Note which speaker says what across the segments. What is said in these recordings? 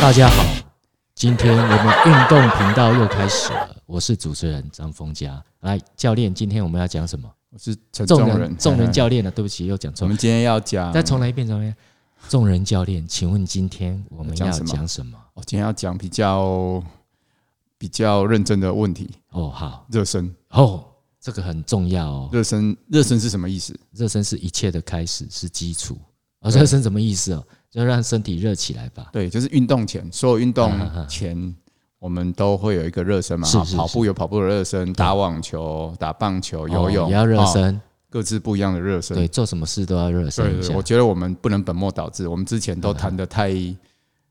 Speaker 1: 大家好，今天我们运动频道又开始了，我是主持人张峰佳。来，教练，今天我们要讲什么？
Speaker 2: 我是陈
Speaker 1: 众
Speaker 2: 仲
Speaker 1: 人， 众人
Speaker 2: 嘿
Speaker 1: 教练了，对不起，又讲
Speaker 2: 我
Speaker 1: 错
Speaker 2: 们
Speaker 1: 了。
Speaker 2: 今天要讲，
Speaker 1: 再重来一遍，重来一遍。众人教练，请问今天我们要
Speaker 2: 讲什么
Speaker 1: 讲什么？
Speaker 2: 我哦今天要讲比较比较认真的问题，
Speaker 1: 哦，好，
Speaker 2: 热身，
Speaker 1: 哦，这个很重要哦。
Speaker 2: 热身，热身是什么意思？
Speaker 1: 热身是一切的开始，是基础。哦，
Speaker 2: 对
Speaker 1: 热身什么意思哦？就让身体热起来吧。
Speaker 2: 对，就是运动前，所有运动
Speaker 1: 嗯嗯嗯
Speaker 2: 前我们都会有一个热身嘛，
Speaker 1: 是
Speaker 2: 好
Speaker 1: 是
Speaker 2: 跑步有跑步的热身，打网球、打棒球、游
Speaker 1: 哦
Speaker 2: 泳
Speaker 1: 也要热，
Speaker 2: 哦
Speaker 1: 身，
Speaker 2: 各自不一样的热身。
Speaker 1: 对，做什么事都要热
Speaker 2: 对
Speaker 1: 身一
Speaker 2: 对
Speaker 1: 下
Speaker 2: 对，我。觉得我们不能本末倒置，我们之前都
Speaker 1: 嗯嗯
Speaker 2: 谈的太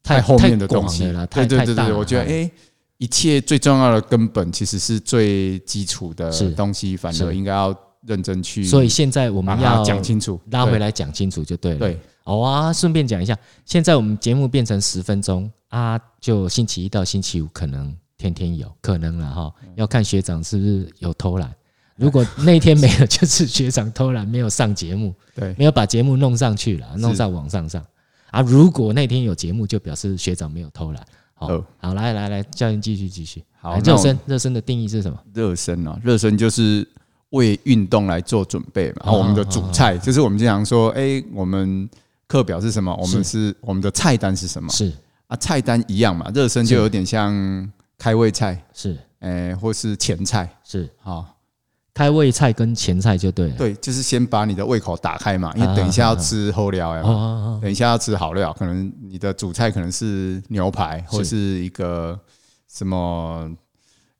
Speaker 1: 太
Speaker 2: 后面的
Speaker 1: 太广
Speaker 2: 东西
Speaker 1: 了啦
Speaker 2: 对
Speaker 1: 太
Speaker 2: 对
Speaker 1: 太
Speaker 2: 对
Speaker 1: 大
Speaker 2: 对，
Speaker 1: 了
Speaker 2: 我觉得哎
Speaker 1: 嗯
Speaker 2: 诶，一切最重要的根本其实是最基础的
Speaker 1: 是
Speaker 2: 东西，反而
Speaker 1: 是
Speaker 2: 应该要认真去，
Speaker 1: 所以现在我
Speaker 2: 把
Speaker 1: 们
Speaker 2: 它
Speaker 1: 要
Speaker 2: 啊讲清楚，
Speaker 1: 拉回
Speaker 2: 对
Speaker 1: 来讲清楚就对了。
Speaker 2: 对，
Speaker 1: 好、啊，顺便讲一下，现在我们节目变成十分钟啊，就星期一到星期五可能天天有，可能了哈，
Speaker 2: 嗯
Speaker 1: 要看学长是不是有偷懒。如果那一天没有，就是学长偷懒没有上节目，
Speaker 2: 对
Speaker 1: 没有把节目弄上去了，弄上网上上啊。如果那天有节目，就表示学长没有偷懒。好，
Speaker 2: 哦
Speaker 1: 好，来来来，教练继续继续。
Speaker 2: 好
Speaker 1: 来
Speaker 2: 那
Speaker 1: 热
Speaker 2: 我
Speaker 1: 身，热身的定义是什么？
Speaker 2: 热身啊，热身就是为运动来做准备
Speaker 1: 啊
Speaker 2: 嘛。然啊后我们的主菜就是我们经常说，诶，我们课表是什么？我们是我们的菜单是什么？
Speaker 1: 是
Speaker 2: 啊，菜单一样嘛，热身就是有点像开胃菜，
Speaker 1: 是
Speaker 2: 诶，或是前菜，
Speaker 1: 是，
Speaker 2: 好。
Speaker 1: 开胃菜跟前菜就对了。
Speaker 2: 对，就是先把你的胃口打开嘛，因为
Speaker 1: 啊
Speaker 2: 等一下要吃后料呀
Speaker 1: 哦，哦，哦
Speaker 2: 等一下要吃好料，可能你的主菜可能是牛排或是一个什么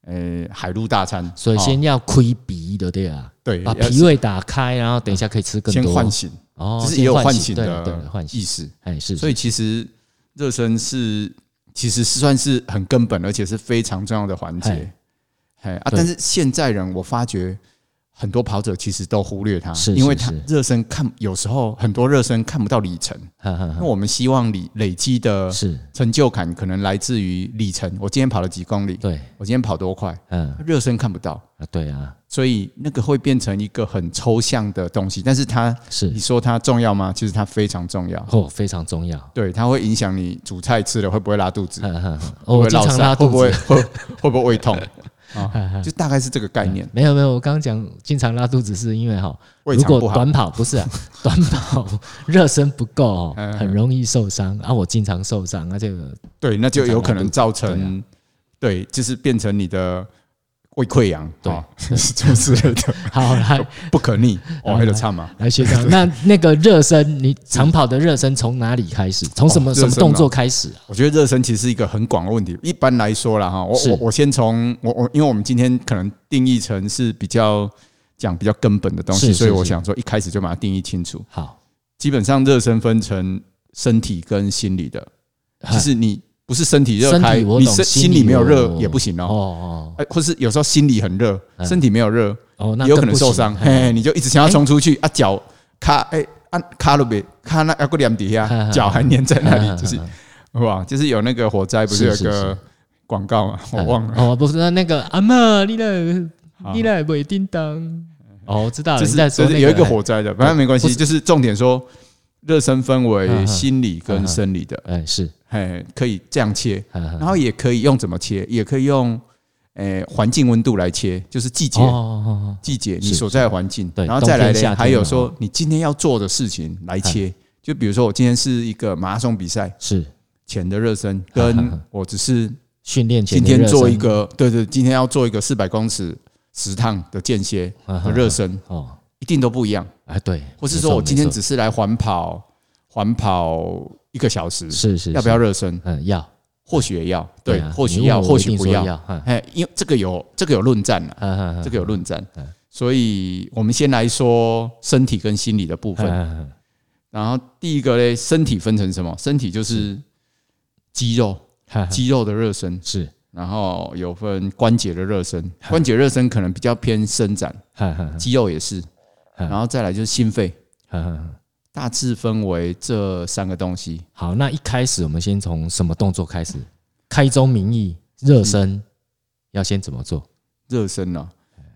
Speaker 2: 呃海陆大餐，
Speaker 1: 所以先
Speaker 2: 哦
Speaker 1: 要亏鼻的对啊，
Speaker 2: 对
Speaker 1: 把
Speaker 2: 要
Speaker 1: 脾胃打开，然后等一下可以吃更多。
Speaker 2: 哦先唤醒，
Speaker 1: 哦，
Speaker 2: 就是也有
Speaker 1: 先
Speaker 2: 唤
Speaker 1: 唤
Speaker 2: 醒
Speaker 1: 对了对
Speaker 2: 的
Speaker 1: 了唤
Speaker 2: 意
Speaker 1: 醒，
Speaker 2: 识，
Speaker 1: 哎是，
Speaker 2: 所以其实热身是其实是算是很根本，而且是非常重要的环节
Speaker 1: 嘿。
Speaker 2: 哎啊，
Speaker 1: 对
Speaker 2: 但是现在人我发觉很多跑者其实都忽略它，
Speaker 1: 是
Speaker 2: 因为
Speaker 1: 是
Speaker 2: 他
Speaker 1: 是
Speaker 2: 热身看有时候很多热身看不到里程。
Speaker 1: 哈哈哈
Speaker 2: 那我们希望里累积的
Speaker 1: 嗯是
Speaker 2: 成就感，可能来自于里程。我今天跑了几公里，
Speaker 1: 对，
Speaker 2: 我今天跑多快，
Speaker 1: 嗯
Speaker 2: 热身看不到，
Speaker 1: 啊对啊
Speaker 2: 所以那个会变成一个很抽象的东西。但是它，
Speaker 1: 是
Speaker 2: 你，说它重要吗？其实它非常重要。
Speaker 1: 哦非常重要。
Speaker 2: 对，它会影响你煮菜吃了会不会拉肚子，
Speaker 1: 哈哈哈
Speaker 2: 会
Speaker 1: 哦
Speaker 2: 不
Speaker 1: 我
Speaker 2: 会
Speaker 1: 经
Speaker 2: 落
Speaker 1: 常
Speaker 2: 腮，
Speaker 1: 拉
Speaker 2: 会
Speaker 1: 肚
Speaker 2: 不会
Speaker 1: 子，嗯
Speaker 2: 会会不会 胃痛啊？就大概是这个概念，
Speaker 1: 没有没有，我刚刚讲经常拉肚子是因为哈，
Speaker 2: 胃
Speaker 1: 如
Speaker 2: 肠
Speaker 1: 果
Speaker 2: 不好。
Speaker 1: 短跑不是 啊，短跑热身不够哦
Speaker 2: 嗯嗯，
Speaker 1: 很容易受伤啊。我经常受伤，而且
Speaker 2: 对，那就有可能造
Speaker 1: 对
Speaker 2: 成
Speaker 1: 啊
Speaker 2: 对，就是变成你的胃溃疡，
Speaker 1: 对
Speaker 2: 啊， 就是之类的，
Speaker 1: 好来
Speaker 2: 不可逆，
Speaker 1: 嗯
Speaker 2: 哦我黑的唱嘛。
Speaker 1: 来，学长，那那个热身，你长跑的热身从哪里开始？从什么、
Speaker 2: 哦
Speaker 1: 什
Speaker 2: 热身啊
Speaker 1: 么动作开始啊？
Speaker 2: 我觉得热身其实是一个很广的问题。一般来说啦，哈，我
Speaker 1: 是
Speaker 2: 我我先从我我，因为我们今天可能定义成是比较讲比较根本的东西，
Speaker 1: 是是
Speaker 2: 所以我
Speaker 1: 是
Speaker 2: 想说一开始就把它定义清楚。
Speaker 1: 好，
Speaker 2: 基本上热身分成身体跟心理的，就
Speaker 1: 嗨
Speaker 2: 是你不是身体热
Speaker 1: 哎身
Speaker 2: 开，
Speaker 1: 体我
Speaker 2: 你
Speaker 1: 懂，
Speaker 2: 身
Speaker 1: 心
Speaker 2: 里没有热
Speaker 1: 我
Speaker 2: 也不行哦。
Speaker 1: 哦
Speaker 2: 哎，或是有时候心里很热，
Speaker 1: 嗯
Speaker 2: 身体没有热，
Speaker 1: 哦哦，那
Speaker 2: 也有可
Speaker 1: 更
Speaker 2: 能
Speaker 1: 不行哎
Speaker 2: 受伤，
Speaker 1: 嘿
Speaker 2: 嘿，你就一直想要冲出去啊，脚卡哎按卡路比卡那要过两底
Speaker 1: 嗯
Speaker 2: 下，
Speaker 1: 嗯
Speaker 2: 脚还粘在那里，就是
Speaker 1: 嗯嗯
Speaker 2: 哇，就是有那个火灾，不是有
Speaker 1: 是是
Speaker 2: 个
Speaker 1: 是
Speaker 2: 广告嘛？我
Speaker 1: 嗯
Speaker 2: 忘了，
Speaker 1: 哦，不是那那个阿嬷，你来
Speaker 2: 好
Speaker 1: 你来尾叮当。哦，我知道了，
Speaker 2: 就
Speaker 1: 你在
Speaker 2: 是
Speaker 1: 说
Speaker 2: 就
Speaker 1: 那
Speaker 2: 是
Speaker 1: 个哎
Speaker 2: 有一个，火灾的，反正没关
Speaker 1: 不
Speaker 2: 系。
Speaker 1: 是
Speaker 2: 就是重点说，热身分
Speaker 1: 嗯
Speaker 2: 为
Speaker 1: 嗯
Speaker 2: 心理跟生理的，
Speaker 1: 哎，是，
Speaker 2: 嘿，可以这样切，
Speaker 1: 然
Speaker 2: 然后也可以用怎么切，也可以用诶环境温度来切，就是季节
Speaker 1: 哦哦哦
Speaker 2: 季节你
Speaker 1: 是
Speaker 2: 所在的环境，
Speaker 1: 对
Speaker 2: 然后再
Speaker 1: 冬
Speaker 2: 来
Speaker 1: 天夏
Speaker 2: 嘞，
Speaker 1: 天哦嗯
Speaker 2: 还有
Speaker 1: 嘛
Speaker 2: 说你今天要做的事情来切。就比如说，我今天是一个马拉松比赛
Speaker 1: 是
Speaker 2: 前的热身，
Speaker 1: 嗯
Speaker 2: 跟我只是
Speaker 1: 训练前
Speaker 2: 今
Speaker 1: 的
Speaker 2: 天
Speaker 1: 热身
Speaker 2: 做一个，对对，今天要做一个四百公尺十趟的间歇
Speaker 1: 嗯
Speaker 2: 和
Speaker 1: 哼
Speaker 2: 热身，
Speaker 1: 哦，
Speaker 2: 一定都不一样。
Speaker 1: 哎对，
Speaker 2: 或是
Speaker 1: 没
Speaker 2: 说
Speaker 1: 错
Speaker 2: 我今天
Speaker 1: 没错
Speaker 2: 只是来环跑，环跑一个小时，
Speaker 1: 是是
Speaker 2: 要不要？热身？
Speaker 1: 是嗯，要，
Speaker 2: 或许也要，对，
Speaker 1: 啊
Speaker 2: 或许
Speaker 1: 你问
Speaker 2: 要，
Speaker 1: 我
Speaker 2: 或
Speaker 1: 我一
Speaker 2: 许
Speaker 1: 定
Speaker 2: 不
Speaker 1: 说
Speaker 2: 要。
Speaker 1: 要，嗯
Speaker 2: 哎，因为这个有这个有论战了，
Speaker 1: 嗯嗯嗯
Speaker 2: 这个有论战
Speaker 1: 嗯。
Speaker 2: 所以我们先来说身体跟心理的部
Speaker 1: 嗯
Speaker 2: 分。
Speaker 1: 嗯嗯
Speaker 2: 然后第一个嘞，身体分成什么？身体就是肌肉，
Speaker 1: 嗯
Speaker 2: 肌肉的热身，
Speaker 1: 是，
Speaker 2: 然后有分关节的热身，关节热身可能比较偏伸展，
Speaker 1: 嗯嗯嗯
Speaker 2: 肌肉也是，
Speaker 1: 嗯
Speaker 2: 然后再来就是心肺，
Speaker 1: 嗯嗯嗯
Speaker 2: 大致分为这三个东西。
Speaker 1: 好，那一开始我们先从什么动作开始？开宗明义，热身要先怎么做？
Speaker 2: 热身呢、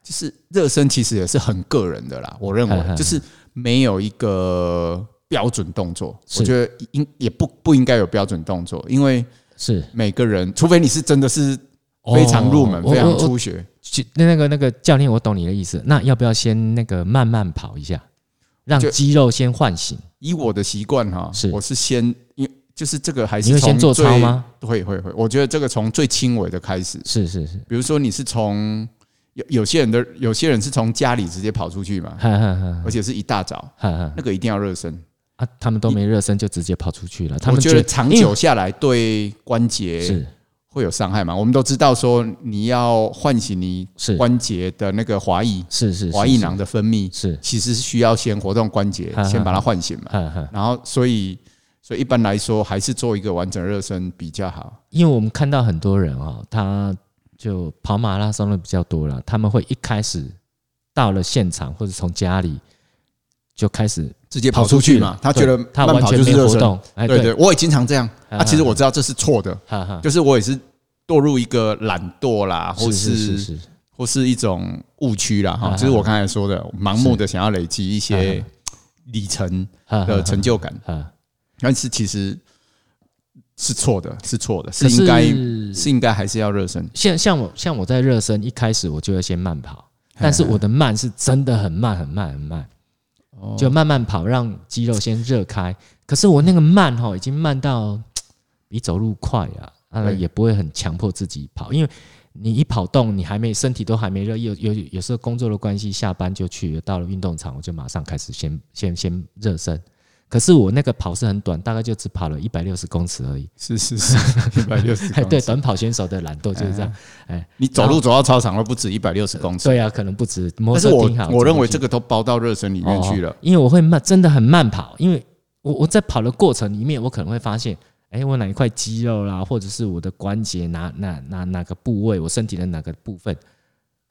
Speaker 2: 就是热身其实也是很个人的啦，我认
Speaker 1: 嗯
Speaker 2: 为
Speaker 1: 嗯
Speaker 2: 就是没有一个标准动作，
Speaker 1: 是
Speaker 2: 我觉得应也不不应该有标准动作，因为
Speaker 1: 是
Speaker 2: 每个人，除非你是真的是非常入门、
Speaker 1: 哦我
Speaker 2: 非常
Speaker 1: 我
Speaker 2: 初学，
Speaker 1: 去那那个那个教练，我懂你的意思。那要不要先那个慢慢跑一下，让
Speaker 2: 就
Speaker 1: 肌肉先唤醒？
Speaker 2: 以我的习惯哈
Speaker 1: 是，
Speaker 2: 我是先因为就是这个还
Speaker 1: 你
Speaker 2: 是
Speaker 1: 会先
Speaker 2: 从
Speaker 1: 做操
Speaker 2: 最？
Speaker 1: 吗？
Speaker 2: 会会会，我觉得这个从最轻微的开始，
Speaker 1: 是是是，
Speaker 2: 比如说你是从有有些人的有些人是从家里直接跑出去嘛，
Speaker 1: 哈哈哈
Speaker 2: 而且是一大早，
Speaker 1: 哈哈
Speaker 2: 那个一定要热身。
Speaker 1: 啊！他们都没热身就直接跑出去了，他
Speaker 2: 我
Speaker 1: 们
Speaker 2: 觉得长
Speaker 1: 因为
Speaker 2: 久下来对关节
Speaker 1: 是
Speaker 2: 会有伤害嘛。我们都知道说你要唤醒你
Speaker 1: 是
Speaker 2: 关节的那个滑液
Speaker 1: 是是
Speaker 2: 滑
Speaker 1: 是
Speaker 2: 液
Speaker 1: 是
Speaker 2: 囊的分泌，
Speaker 1: 是，
Speaker 2: 其实是需要先活动关节
Speaker 1: 哈，哈
Speaker 2: 先把它唤醒嘛。
Speaker 1: 哈哈。
Speaker 2: 然后所以所以一般来说还是做一个完整热身比较好。
Speaker 1: 因为我们看到很多人哦，他就跑马拉松的比较多了，他们会一开始到了现场或者从家里就开始
Speaker 2: 直接
Speaker 1: 跑
Speaker 2: 出
Speaker 1: 去
Speaker 2: 嘛
Speaker 1: 了，
Speaker 2: 他
Speaker 1: 对
Speaker 2: 觉得
Speaker 1: 他
Speaker 2: 慢
Speaker 1: 完
Speaker 2: 跑
Speaker 1: 全
Speaker 2: 就是
Speaker 1: 没
Speaker 2: 热
Speaker 1: 活
Speaker 2: 身，
Speaker 1: 动，哎
Speaker 2: 对对，，我也经常这样。
Speaker 1: 哈
Speaker 2: 啊，其实
Speaker 1: 哈
Speaker 2: 我知道这是错的，
Speaker 1: 哈哈，
Speaker 2: 就是我也是堕入一个懒惰啦，或
Speaker 1: 是是
Speaker 2: 是
Speaker 1: 是是
Speaker 2: 或是一种误区啦，
Speaker 1: 啊
Speaker 2: 哈，就是我刚才说的，盲目的想要累积一些里程
Speaker 1: 哈哈
Speaker 2: 的成就感，
Speaker 1: 哈哈
Speaker 2: 但是其实是错的，是错的，
Speaker 1: 可
Speaker 2: 是
Speaker 1: 是
Speaker 2: 应该是应该还是要热身，
Speaker 1: 像像我像我在热身一开始我就会先慢跑，但是我的慢是真的很慢很慢很慢，
Speaker 2: 哦
Speaker 1: 就慢慢跑让肌肉先热开。可是我那个慢哈已经慢到比走路快啊，啊
Speaker 2: 对
Speaker 1: 也不会很强迫自己跑，因为你一跑动你还没身体都还没热，有有有时候工作的关系下班就去到了运动场我就马上开始先先先热身。可是我那个跑是很短，大概就只跑了一百六十公尺而已。
Speaker 2: 是 是是，一百六十公
Speaker 1: 哎对，
Speaker 2: 尺，哎
Speaker 1: 短跑选手的懒惰就是这样。
Speaker 2: 你走路走到操场都不止一百六十公尺，
Speaker 1: 对啊，可能不止。摩
Speaker 2: 但是
Speaker 1: 托车
Speaker 2: 我
Speaker 1: 停好
Speaker 2: 我认为
Speaker 1: 走
Speaker 2: 这个都包到热身里面
Speaker 1: 过
Speaker 2: 去了
Speaker 1: 哦，因为我会慢，真的很慢跑。因为我我在跑的过程里面，我可能会发现，哎，我哪一块肌肉啦，或者是我的关节哪哪哪哪个部位，我身体的哪个部分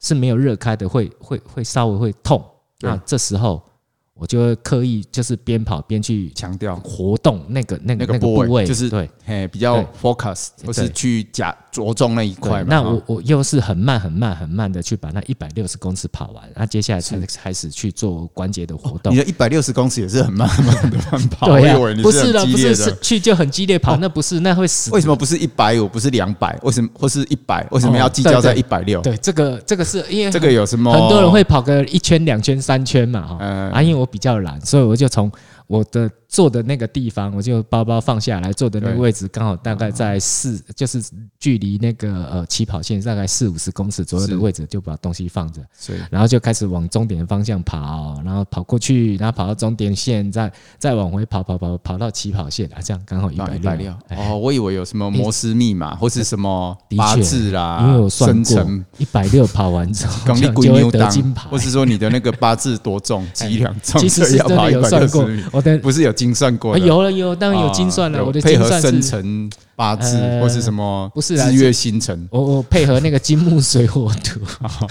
Speaker 1: 是没有热开的，会会会稍微会痛。
Speaker 2: 对
Speaker 1: 那这时候我就会刻意就是边跑边去
Speaker 2: 强调。
Speaker 1: 活动那个那个
Speaker 2: 那个
Speaker 1: 那个
Speaker 2: 部
Speaker 1: 部
Speaker 2: 位
Speaker 1: 位，
Speaker 2: 就是
Speaker 1: 对
Speaker 2: 嘿，比较
Speaker 1: 对
Speaker 2: focus，或是
Speaker 1: 对
Speaker 2: 去加着重那一块
Speaker 1: 对。
Speaker 2: 嘛。
Speaker 1: 那
Speaker 2: 哈
Speaker 1: 我我又是很慢很慢很慢的去把那一百六十公尺跑完，那接下来才
Speaker 2: 是
Speaker 1: 开始去做关节的活动
Speaker 2: 你。的一百六十公尺也是很慢 很慢的慢跑，
Speaker 1: 对呀、啊
Speaker 2: 我以为你
Speaker 1: 不
Speaker 2: 是
Speaker 1: 是啦
Speaker 2: 很激
Speaker 1: 不
Speaker 2: 烈
Speaker 1: 是是
Speaker 2: 的。
Speaker 1: 去就很激烈跑，那不是那会死。
Speaker 2: 为什么不是一百五，不是两百？为什么或是一百？为什么要计较在一百六？
Speaker 1: 哦对，这个这个是因为
Speaker 2: 这个有什么？
Speaker 1: 很多人会跑个一圈、两圈、三圈嘛，哈、
Speaker 2: 嗯
Speaker 1: 啊，因为我比较懒，所以我就从我的坐的那个地方，我就包包放下来，坐的那个
Speaker 2: 对
Speaker 1: 位置刚好大概在四，就是距离那个呃起跑线大概四五十公尺左右的
Speaker 2: 是
Speaker 1: 位置，就把东西放着。
Speaker 2: 所以
Speaker 1: 然后就开始往终点的方向跑，然后跑过去，然后跑到终点线，再再往回跑，跑跑跑到起跑线啊，这样刚好一
Speaker 2: 到
Speaker 1: 百
Speaker 2: 一百
Speaker 1: 六哎
Speaker 2: 六。哦，我以为有什么摩斯密码或是什么八字啦，
Speaker 1: 因为我算
Speaker 2: 生
Speaker 1: 过
Speaker 2: 辰，
Speaker 1: 一百六跑完 之后
Speaker 2: 功力
Speaker 1: 就
Speaker 2: 鬼
Speaker 1: 就
Speaker 2: 牛
Speaker 1: 会得
Speaker 2: 当
Speaker 1: 金牌哎
Speaker 2: 或。是说你的那个八字多 重，几两重，
Speaker 1: 其实
Speaker 2: 所以
Speaker 1: 是
Speaker 2: 要
Speaker 1: 真
Speaker 2: 跑
Speaker 1: 的
Speaker 2: 一
Speaker 1: 有
Speaker 2: 百
Speaker 1: 算
Speaker 2: 六
Speaker 1: 过
Speaker 2: 十米，
Speaker 1: 我的
Speaker 2: 不是有精算过
Speaker 1: 啊
Speaker 2: 的。
Speaker 1: 有了有，当然有精算了，
Speaker 2: 啊有
Speaker 1: 我的
Speaker 2: 配
Speaker 1: 精
Speaker 2: 合生
Speaker 1: 算是，
Speaker 2: 辰八字
Speaker 1: 呃
Speaker 2: 或是什么
Speaker 1: 不是啦
Speaker 2: 日月星辰，
Speaker 1: 我我配合那个金木水火 土，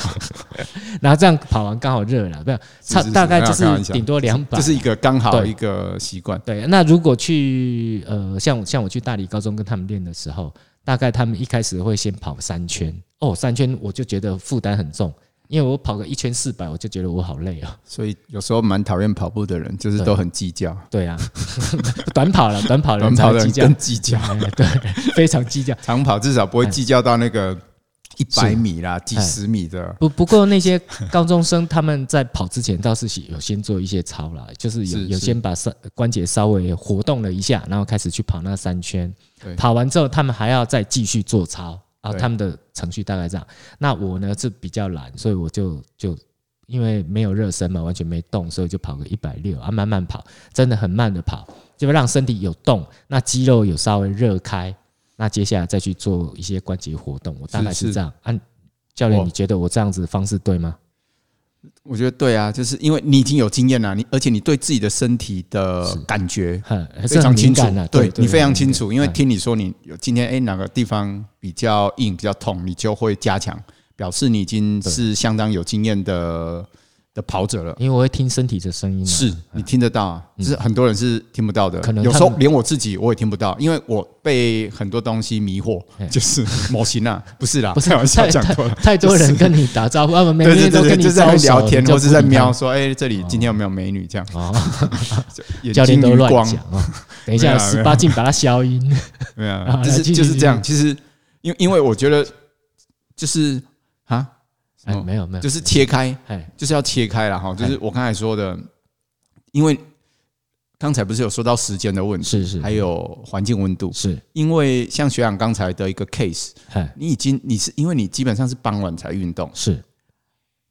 Speaker 1: 然后这样跑完刚好热了，不要
Speaker 2: 是
Speaker 1: 差
Speaker 2: 是
Speaker 1: 大概
Speaker 2: 没有
Speaker 1: 就
Speaker 2: 开玩
Speaker 1: 是
Speaker 2: 笑
Speaker 1: 顶多两百
Speaker 2: 这，是一个刚好
Speaker 1: 对
Speaker 2: 一个习惯。
Speaker 1: 对，那如果去呃，像像我去大理高中跟他们练的时候，大概他们一开始会先跑三圈，哦，三圈我就觉得负担很重，因为我跑个一圈四百，我就觉得我好累哦。
Speaker 2: 所以有时候蛮讨厌跑步的人，就是都很计较，
Speaker 1: 对啊， 短跑了，短跑了，
Speaker 2: 短跑的
Speaker 1: 计
Speaker 2: 人
Speaker 1: 较
Speaker 2: 更，计较，
Speaker 1: 哎对， 非常计较。
Speaker 2: 长跑至少不会计较到那个一百米啦、几
Speaker 1: 哎
Speaker 2: 十米的。
Speaker 1: 不不过那些高中生他们在跑之前倒是有先做一些操啦，就是有
Speaker 2: 是
Speaker 1: 有
Speaker 2: 是
Speaker 1: 先把三关节稍微活动了一下，然后开始去跑那三圈
Speaker 2: 对。
Speaker 1: 跑完之后，他们还要再继续做操啊，
Speaker 2: 对
Speaker 1: 他们的程序大概这样。那我呢是比较懒，所以我就就因为没有热身嘛，完全没动，所以就跑个一百六啊，慢慢跑，真的很慢的跑，就让身体有动，那肌肉有稍微热开，那接下来再去做一些关节活动，我大概
Speaker 2: 是
Speaker 1: 是
Speaker 2: 是
Speaker 1: 这样。按、教练，
Speaker 2: 我
Speaker 1: 你觉得我这样子的方式对吗？
Speaker 2: 我觉得对啊，就是因为你已经有经验了，你而且你对自己的身体的
Speaker 1: 是
Speaker 2: 感觉
Speaker 1: 很
Speaker 2: 非常清楚
Speaker 1: 啊，，
Speaker 2: 对你非常
Speaker 1: 对
Speaker 2: 清楚。
Speaker 1: 对
Speaker 2: 因为
Speaker 1: 嗯
Speaker 2: 听你说你有今天哎哪个地方比较硬、比较痛，你就会加强，表示你已经
Speaker 1: 对
Speaker 2: 是相当有经验的的跑者了。
Speaker 1: 因为我会听身体的声音、啊，
Speaker 2: 是你听得到啊，就是很多人是听不到的，
Speaker 1: 嗯可能
Speaker 2: 有时
Speaker 1: 他
Speaker 2: 候
Speaker 1: 们
Speaker 2: 连我自己我也听不到，因为我被很多东西迷惑
Speaker 1: 嘿，
Speaker 2: 就是模型 啊，不是啦，
Speaker 1: 不是
Speaker 2: 开玩笑
Speaker 1: 太
Speaker 2: 讲错了。
Speaker 1: 太多人跟你打 招呼，他们每
Speaker 2: 对对
Speaker 1: 天都
Speaker 2: 对对，
Speaker 1: 跟你
Speaker 2: 就是在那
Speaker 1: 招
Speaker 2: 边
Speaker 1: 手
Speaker 2: 聊天，
Speaker 1: 你就
Speaker 2: 或
Speaker 1: 不
Speaker 2: 是在
Speaker 1: 理他
Speaker 2: 瞄说，哎，这里今天有没有美女这样，
Speaker 1: 哦，
Speaker 2: 眼
Speaker 1: 教练
Speaker 2: 睛
Speaker 1: 都
Speaker 2: 余
Speaker 1: 乱
Speaker 2: 光
Speaker 1: 讲，啊，等一下
Speaker 2: 没有啊没
Speaker 1: 十
Speaker 2: 有
Speaker 1: 八禁把它消音。
Speaker 2: 对啊
Speaker 1: 好，
Speaker 2: 就
Speaker 1: 来继
Speaker 2: 是
Speaker 1: 续
Speaker 2: 就是
Speaker 1: 继续
Speaker 2: 这样。其实，因为因为我觉得就是啊，什
Speaker 1: 哎，
Speaker 2: 么
Speaker 1: 没有没有，
Speaker 2: 就是切开，
Speaker 1: 哎，
Speaker 2: 就是要切开了哈。就是
Speaker 1: 哎
Speaker 2: 我刚才说的，因为刚才不是有说到时间的问题，
Speaker 1: 是是
Speaker 2: 还有环境温度。
Speaker 1: 是，
Speaker 2: 因为像学长刚才的一个 case，
Speaker 1: 哎
Speaker 2: 你已经你是因为你基本上是傍晚才运动，
Speaker 1: 是，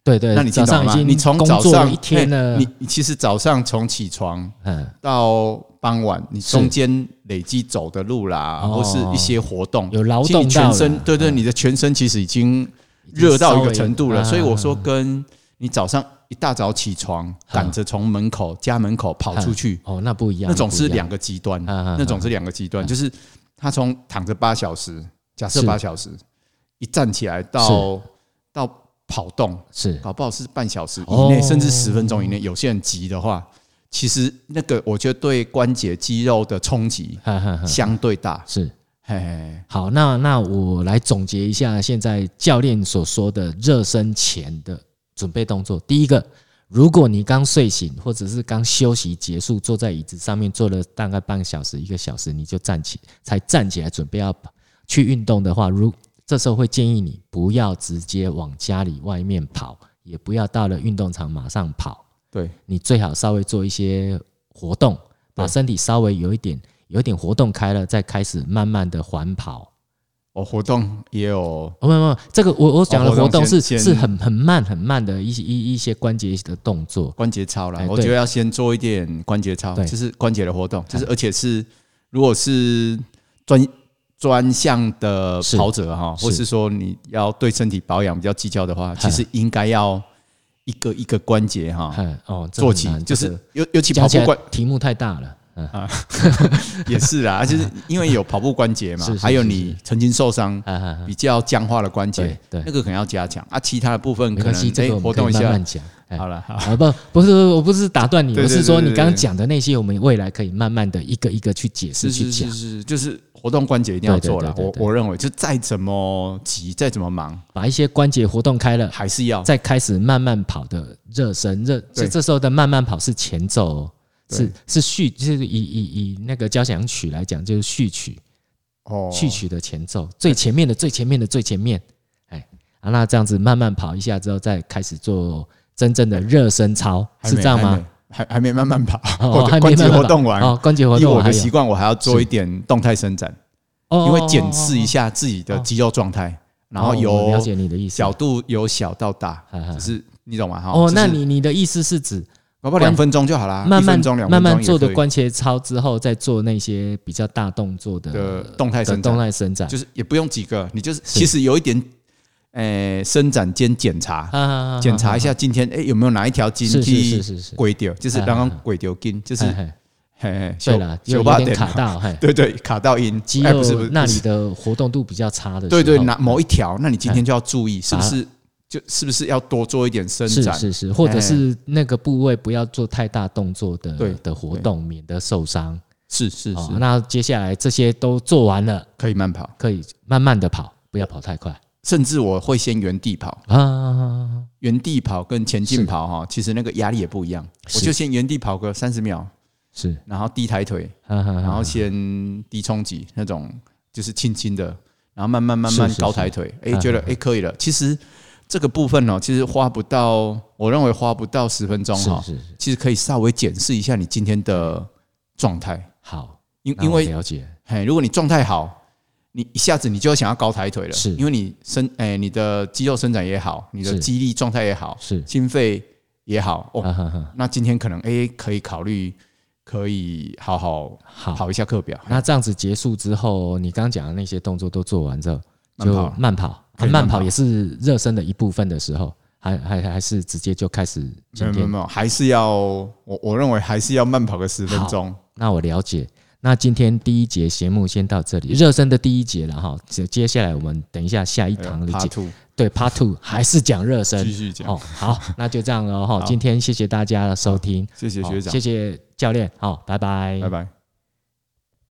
Speaker 1: 对对，
Speaker 2: 那你
Speaker 1: 早
Speaker 2: 听
Speaker 1: 上
Speaker 2: 懂
Speaker 1: 已
Speaker 2: 吗？
Speaker 1: 经
Speaker 2: 你从
Speaker 1: 工
Speaker 2: 早
Speaker 1: 作了
Speaker 2: 上
Speaker 1: 一天了
Speaker 2: 嘿，你你其实早上从起床
Speaker 1: 嗯
Speaker 2: 到傍晚，你
Speaker 1: 是
Speaker 2: 中间累积走的路啦，
Speaker 1: 哦
Speaker 2: 或是一些活动，
Speaker 1: 有劳
Speaker 2: 其实
Speaker 1: 动
Speaker 2: 你
Speaker 1: 到
Speaker 2: 全
Speaker 1: 了
Speaker 2: 身，对对，你的全身其实已经
Speaker 1: 已经
Speaker 2: 热到一
Speaker 1: 稍
Speaker 2: 个
Speaker 1: 微嗯
Speaker 2: 程度了。
Speaker 1: 啊
Speaker 2: 所以我说，跟你早上一大早起床，赶着从门口家门口跑出去，
Speaker 1: 哦，那不一样，
Speaker 2: 那种
Speaker 1: 不
Speaker 2: 是
Speaker 1: 一样
Speaker 2: 两个极端，
Speaker 1: 啊啊啊
Speaker 2: 那种是两个极端，就是他从躺着八小时，假设
Speaker 1: 是
Speaker 2: 八小时，一站起来到到跑动，
Speaker 1: 是
Speaker 2: 搞不好是半小时以内，
Speaker 1: 哦
Speaker 2: 甚至十分钟以内。有些人急的话，其实那个我觉得对关节肌肉的冲击
Speaker 1: 哈哈哈，
Speaker 2: 相对大。
Speaker 1: 是。
Speaker 2: 嗯嘿嘿，
Speaker 1: 好，那那我来总结一下现在教练所说的热身前的准备动作。第一个，如果你刚睡醒或者是刚休息结束，坐在椅子上面坐了大概半个小时、一个小时，你就站起才站起来准备要去运动的话，如这时候会建议你不要直接往家里外面跑，也不要到了运动场马上跑。
Speaker 2: 对，
Speaker 1: 你最好稍微做一些活动，把身体稍微有一点有一点活动开了，再开始慢慢的缓跑。
Speaker 2: 哦，活动也有
Speaker 1: 哦，没有没有，这个我我讲的
Speaker 2: 哦活动
Speaker 1: 活动是、
Speaker 2: 先
Speaker 1: 是很很慢很慢的一些一一些关节的动作。
Speaker 2: 关节操啦
Speaker 1: 哎，
Speaker 2: 我
Speaker 1: 对
Speaker 2: 觉得要先做一点关节操，
Speaker 1: 对
Speaker 2: 就是关节的活动，就是而且是如果是专专项的
Speaker 1: 是
Speaker 2: 跑者哈，
Speaker 1: 是
Speaker 2: 或是说你要对身体保养比较计较的话，其实应该要一个一个关节哈
Speaker 1: 嗯，哦，这
Speaker 2: 做
Speaker 1: 很
Speaker 2: 起
Speaker 1: 难，
Speaker 2: 就
Speaker 1: 这
Speaker 2: 是
Speaker 1: 个
Speaker 2: 尤尤其
Speaker 1: 讲
Speaker 2: 跑
Speaker 1: 起
Speaker 2: 步
Speaker 1: 来
Speaker 2: 关
Speaker 1: 题目太大了。嗯，
Speaker 2: 也是啦， 就是因为有跑步关节嘛
Speaker 1: 是是，
Speaker 2: 还有
Speaker 1: 是
Speaker 2: 你曾经受伤
Speaker 1: 啊啊啊
Speaker 2: 比较僵化的关节
Speaker 1: 对，对
Speaker 2: 那，个可能要加强啊，其他的部分
Speaker 1: 没
Speaker 2: 可
Speaker 1: 关
Speaker 2: 能
Speaker 1: 系，这
Speaker 2: 哎
Speaker 1: 个我
Speaker 2: 活
Speaker 1: 们可以
Speaker 2: 动一
Speaker 1: 慢
Speaker 2: 下
Speaker 1: 慢，讲。哎
Speaker 2: 好了好。
Speaker 1: 啊不不是我不是打断你，
Speaker 2: 对
Speaker 1: 我
Speaker 2: 对
Speaker 1: 是说你
Speaker 2: 对对
Speaker 1: 刚刚
Speaker 2: 对
Speaker 1: 讲的那些，我们未来可以慢慢的一个一个去解释
Speaker 2: 是
Speaker 1: 去
Speaker 2: 是
Speaker 1: 讲
Speaker 2: 是，是，就是活动关节一定要做了。
Speaker 1: 对对对
Speaker 2: 我
Speaker 1: 对对
Speaker 2: 我认为，就再怎么急，再怎么忙，
Speaker 1: 把一些关节活动开了，
Speaker 2: 还是要
Speaker 1: 再开始慢慢跑的热身，热这
Speaker 2: 对
Speaker 1: 这时候的慢慢跑是前奏、哦，
Speaker 2: 对
Speaker 1: 是是序，就是以以以那个交响曲来讲，就是序曲，
Speaker 2: 哦
Speaker 1: 序曲的前奏，最前面的最前面的最前面，哎啊，那这样子慢慢跑一下之后，再开始做真正的热身操，
Speaker 2: 还
Speaker 1: 是
Speaker 2: 没
Speaker 1: 这样吗？？
Speaker 2: 还没还还没慢慢跑，
Speaker 1: 哦，
Speaker 2: 我
Speaker 1: 还没
Speaker 2: 的关
Speaker 1: 慢
Speaker 2: 节
Speaker 1: 慢
Speaker 2: 活
Speaker 1: 跑
Speaker 2: 动完。
Speaker 1: 哦，关节活
Speaker 2: 以
Speaker 1: 动
Speaker 2: 我
Speaker 1: 完还
Speaker 2: 的
Speaker 1: 有
Speaker 2: 习，惯，我还要做一点动态伸展，
Speaker 1: 哦
Speaker 2: 因为检视一，下自己的
Speaker 1: 哦
Speaker 2: 肌肉状态，然
Speaker 1: 哦
Speaker 2: 后
Speaker 1: 哦我
Speaker 2: 由
Speaker 1: 了解你的意思
Speaker 2: 角。度由小到大
Speaker 1: 哈哈，
Speaker 2: 就是你懂吗？哈，
Speaker 1: 哦
Speaker 2: 就，是
Speaker 1: 那你你的意思是指
Speaker 2: 搞不好两分钟就好啦，
Speaker 1: 慢
Speaker 2: 一
Speaker 1: 慢
Speaker 2: 分钟两
Speaker 1: 慢
Speaker 2: 分钟
Speaker 1: 慢
Speaker 2: 也
Speaker 1: 做的
Speaker 2: 可以
Speaker 1: 关节操之后，再做那些比较大动作
Speaker 2: 的
Speaker 1: 的
Speaker 2: 动态
Speaker 1: 的
Speaker 2: 伸
Speaker 1: 动
Speaker 2: 展，
Speaker 1: 态伸展，
Speaker 2: 就是也不用几个，你就是其实有一点，诶，伸展兼检查，
Speaker 1: 啊
Speaker 2: 检查一下今天哎、诶有没有哪一条筋
Speaker 1: 是是是哎
Speaker 2: 去
Speaker 1: 是是，
Speaker 2: 鬼掉，就是刚刚鬼掉筋，就是
Speaker 1: 嘿嘿
Speaker 2: 嘿嘿，
Speaker 1: 哎对了，
Speaker 2: 九
Speaker 1: 有
Speaker 2: 八
Speaker 1: 有
Speaker 2: 点
Speaker 1: 点卡，到，嘿，
Speaker 2: 对对，卡到音，
Speaker 1: 肌
Speaker 2: 哎不是不
Speaker 1: 肉
Speaker 2: 是
Speaker 1: 那
Speaker 2: 不
Speaker 1: 里
Speaker 2: 是
Speaker 1: 的活动度比较差的时候，
Speaker 2: 对对，哪某一条，那你今天就要注意，是不
Speaker 1: 啊
Speaker 2: 是就是不是要多做一点伸
Speaker 1: 是
Speaker 2: 展？
Speaker 1: 是是，或者
Speaker 2: 哎
Speaker 1: 是那个部位不要做太大动作的
Speaker 2: 对
Speaker 1: 的活动，免得受伤。
Speaker 2: 是是
Speaker 1: 哦，那接下来这些都做完了，
Speaker 2: 可以慢跑，
Speaker 1: 可以慢慢的跑，不要跑太快
Speaker 2: 甚至我会先原地跑，
Speaker 1: 啊。
Speaker 2: 原地跑跟前进
Speaker 1: 是
Speaker 2: 跑哈，其实那个压力也不一样，我
Speaker 1: 是
Speaker 2: 就先原地跑个三十秒，
Speaker 1: 是，
Speaker 2: 然后低抬腿，
Speaker 1: 哈哈哈
Speaker 2: 然后先低冲击那种，就是轻轻的，然后慢慢慢慢
Speaker 1: 是是
Speaker 2: 高抬腿，哎，
Speaker 1: 嗯
Speaker 2: 觉得哎可以了。其实这个部分哦，其实花不到，我认为花不到十分钟哈，
Speaker 1: 是是是，
Speaker 2: 其实可以稍微检视一下你今天的状态，
Speaker 1: 好，
Speaker 2: 因
Speaker 1: 那
Speaker 2: 因
Speaker 1: 我
Speaker 2: 为
Speaker 1: 了解
Speaker 2: 嘿，如果你状态好。你一下子你就想要高抬腿了，
Speaker 1: 是
Speaker 2: 因为你伸哎、你的肌肉伸展也好，你的
Speaker 1: 是
Speaker 2: 肌力状态也好，
Speaker 1: 是，
Speaker 2: 心肺也好，哦，
Speaker 1: 啊哈哈，
Speaker 2: 那今天可能哎、可以考虑可以好好
Speaker 1: 好。
Speaker 2: 跑一下课表，
Speaker 1: 那这样子结束之后，你刚讲的那些动作都做完之后，
Speaker 2: 慢跑
Speaker 1: 就慢跑，啊
Speaker 2: 可以慢
Speaker 1: 慢跑
Speaker 2: 跑
Speaker 1: 也是热身的一部分的时候，还还还是直接就开始
Speaker 2: 没有
Speaker 1: 今
Speaker 2: 没有
Speaker 1: 天。
Speaker 2: 没有，还是要我我认为还是要慢跑个十分钟。
Speaker 1: 那我了解。那今天第一节节目先到这里，热身的第一节了哈。接接下来我们等一下下一
Speaker 2: 哎
Speaker 1: 堂的
Speaker 2: 爬
Speaker 1: 节，
Speaker 2: 兔
Speaker 1: 对 Part Two 还是讲热
Speaker 2: 继
Speaker 1: 身。
Speaker 2: 续讲，
Speaker 1: 哦，好，那就这样了哈。
Speaker 2: 好
Speaker 1: 今天谢谢大家的收听，
Speaker 2: 谢谢
Speaker 1: 好
Speaker 2: 学长
Speaker 1: 谢，谢教练，好，拜拜，
Speaker 2: 拜拜。